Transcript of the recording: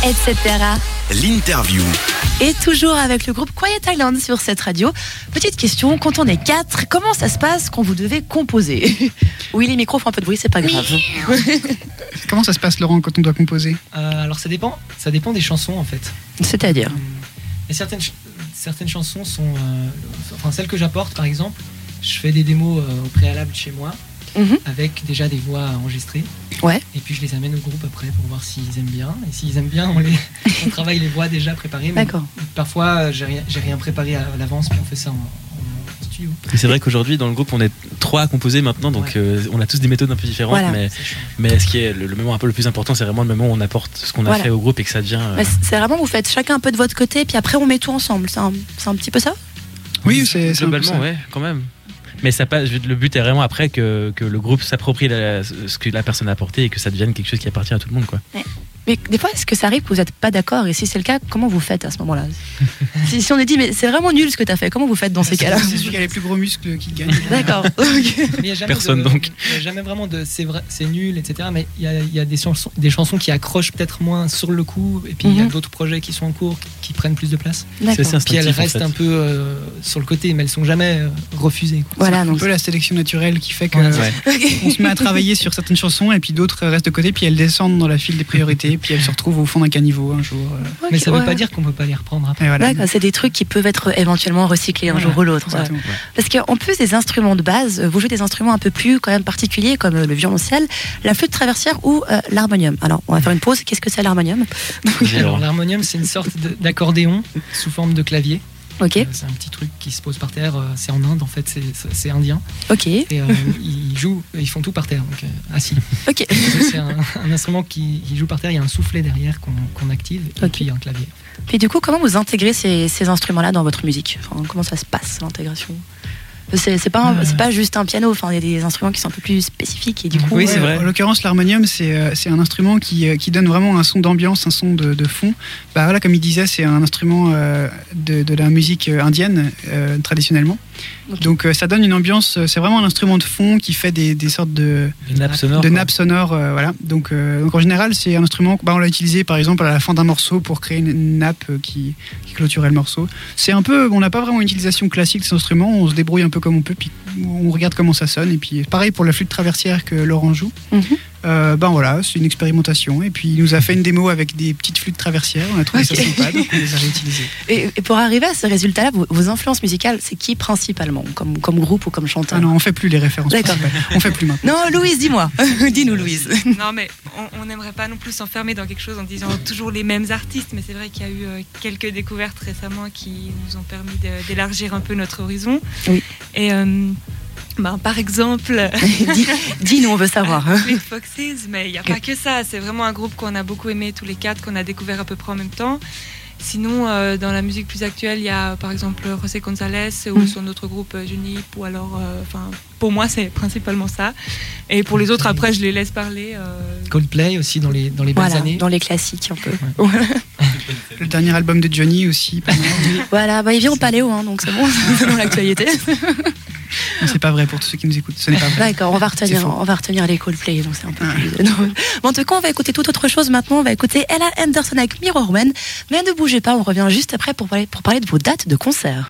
etc. L'interview. Et toujours avec le groupe Quiet Island sur cette radio. Petite question, quand on est quatre, comment ça se passe quand vous devez composer Oui, les micros font un peu de bruit, c'est pas grave. Comment ça se passe, Laurent, quand on doit composer Euh, alors ça dépend, ça dépend des chansons en fait. C'est-à-dire Et certaines, ch- certaines chansons sont, euh, enfin celles que j'apporte par exemple, je fais des démos euh, au préalable chez moi Mhm. avec déjà des voix enregistrées. Ouais. Et puis je les amène au groupe après pour voir s'ils aiment bien. Et s'ils aiment bien, on les, on travaille les voix déjà préparées. mais D'accord. parfois euh, j'ai rien, j'ai rien préparé à l'avance puis on fait ça en, en studio. Mais c'est vrai qu'aujourd'hui, dans le groupe, on est trois à composer maintenant, donc Ouais. euh, on a tous des méthodes un peu différentes. Voilà. Mais, C'est chiant. mais ce qui est le, le moment un peu le plus important, c'est vraiment le moment où on apporte ce qu'on a Voilà. fait au groupe et que ça devient. euh, Bah, c'est vraiment, vous faites chacun un peu de votre côté, puis après on met tout ensemble. C'est un, c'est un petit peu ça Oui, c'est c'est un peu euh, ça. globalement, ouais, quand même. Mais ça passe, le but est vraiment après que, que le groupe s'approprie la- ce que la personne a apporté et que ça devienne quelque chose qui appartient à tout le monde. Quoi. Mais des fois, est-ce que ça arrive que vous n'êtes pas d'accord Et si c'est le cas, comment vous faites à ce moment-là si, si on est dit, mais c'est vraiment nul ce que tu as fait, comment vous faites dans ces cas-là C'est celui qui a les plus gros muscles qui gagne. D'accord. ok. Mais il y a jamais Personne, de- donc. il y a jamais vraiment de c'est vrai, c'est nul, etc. Mais il y a, il y a des, chansons, des chansons qui accrochent peut-être moins sur le coup. Et puis il y a Mhm. d'autres projets qui sont en cours qui, qui prennent plus de place. C'est D'accord. assez Puis elles instinctif. en restent fait. un peu euh, sur le côté, mais elles sont jamais euh, refusées. quoi. euh, Voilà, C'est un donc. peu la sélection naturelle qui fait que Ouais, ouais. on se met à travailler sur certaines chansons et puis d'autres restent de côté, puis elles descendent dans la file des priorités, puis elles se retrouvent au fond d'un caniveau un jour. euh, Mais ça ne Ouais. veut pas dire qu'on peut pas les reprendre après. Et voilà. D'accord, c'est des trucs qui peuvent être éventuellement recyclés un Voilà, jour ou l'autre. ouais. Exactement. Parce qu'en plus des instruments de base, euh, vous jouez des instruments un peu plus quand même particuliers comme euh, le violoncelle, la flûte traversière ou euh, l'harmonium. Alors, on va faire une pause. Qu'est-ce que c'est l'harmonium Vas-y, Alors Laurent. l'harmonium, c'est une sorte de- d'accordéon sous forme de clavier. Ok, Euh, C'est un petit truc qui se pose par terre. euh, C'est en Inde en fait, c'est- c'est c'est indien. ok, Et euh, ils jouent, ils font tout par terre, donc euh, assis. ok. C'est un, un instrument qui, qui joue par terre, il y a un soufflet derrière qu'on qu'on active, et Ok. puis il y a un clavier. Et du coup, comment vous intégrez ces, ces instruments-là dans votre musique Enfin, Comment ça se passe l'intégration c'est c'est pas, un- c'est pas juste un piano, enfin, il y a des instruments qui sont un peu plus spécifiques et du coup. euh, Oui, Ouais, c'est vrai. En l'occurrence, l'harmonium, c'est euh, c'est un instrument qui, euh, qui donne vraiment un son d'ambiance, un son de, de fond. Bah, voilà, comme il disait, c'est un instrument euh, de, de la musique euh, indienne, euh, traditionnellement. Ok. Donc euh, ça donne une ambiance, euh, c'est vraiment un instrument de fond qui fait des, des sortes de, Une nappe sonore. de quoi. nappes sonores. euh, voilà. donc, euh, donc en général, c'est un instrument, bah, on l'a utilisé par exemple à la fin d'un morceau pour créer une- une nappe euh, qui, qui clôturait le morceau. C'est un peu, on n'a pas vraiment une utilisation classique de cet instrument, on se débrouille un peu comme on peut, puis on regarde comment ça sonne. Et puis pareil pour la flûte traversière que Laurent joue. Mhm. Euh, ben voilà, c'est une expérimentation. Et puis il nous a fait une démo avec des petites flûtes traversières. On a trouvé Ok. ça sympa, donc on les a réutilisées. Et, et pour arriver à ce résultat-là, vos, vos influences musicales, c'est qui principalement comme, comme groupe ou comme chanteur Ah non, on fait plus les références. D'accord. principales. On fait plus maintenant. Non, Louise, dis-moi. Dis-nous, Louise. Non, mais on- on n'aimerait pas non plus s'enfermer dans quelque chose en disant toujours les mêmes artistes, mais c'est vrai qu'il y a eu euh, quelques découvertes récemment qui nous ont permis de- d'élargir un peu notre horizon. Oui. Et euh, ben, par exemple, Dis- Dis-nous, on veut savoir. les Foxes, mais il n'y a pas que ça. C'est vraiment un groupe qu'on a beaucoup aimé tous les quatre, qu'on a découvert à peu près en même temps. Sinon, euh, dans la musique plus actuelle, il y a euh, par exemple José González ou Mhm. son autre groupe euh, Junip, ou alors, euh, enfin, pour moi, c'est principalement ça. Et pour les autres, après, je les laisse parler. euh, Coldplay aussi dans les, dans les belles Voilà, années. dans les classiques un peu. Le dernier album de Johnny aussi. pas mal. Voilà, bah, il vient au Paléo, hein, donc c'est bon, c'est dans l'actualité. Non, c'est pas vrai pour tous ceux qui nous écoutent. Ce n'est pas vrai. D'accord, on va C'est retenir, faux. on va retenir les Coldplay, donc c'est un peu plus. non. Bon, en tout cas, on va écouter toute autre chose maintenant. On va écouter Ella Anderson avec Mirrorman. Mais ne bougez pas, on revient juste après pour parler, pour parler de vos dates de concert.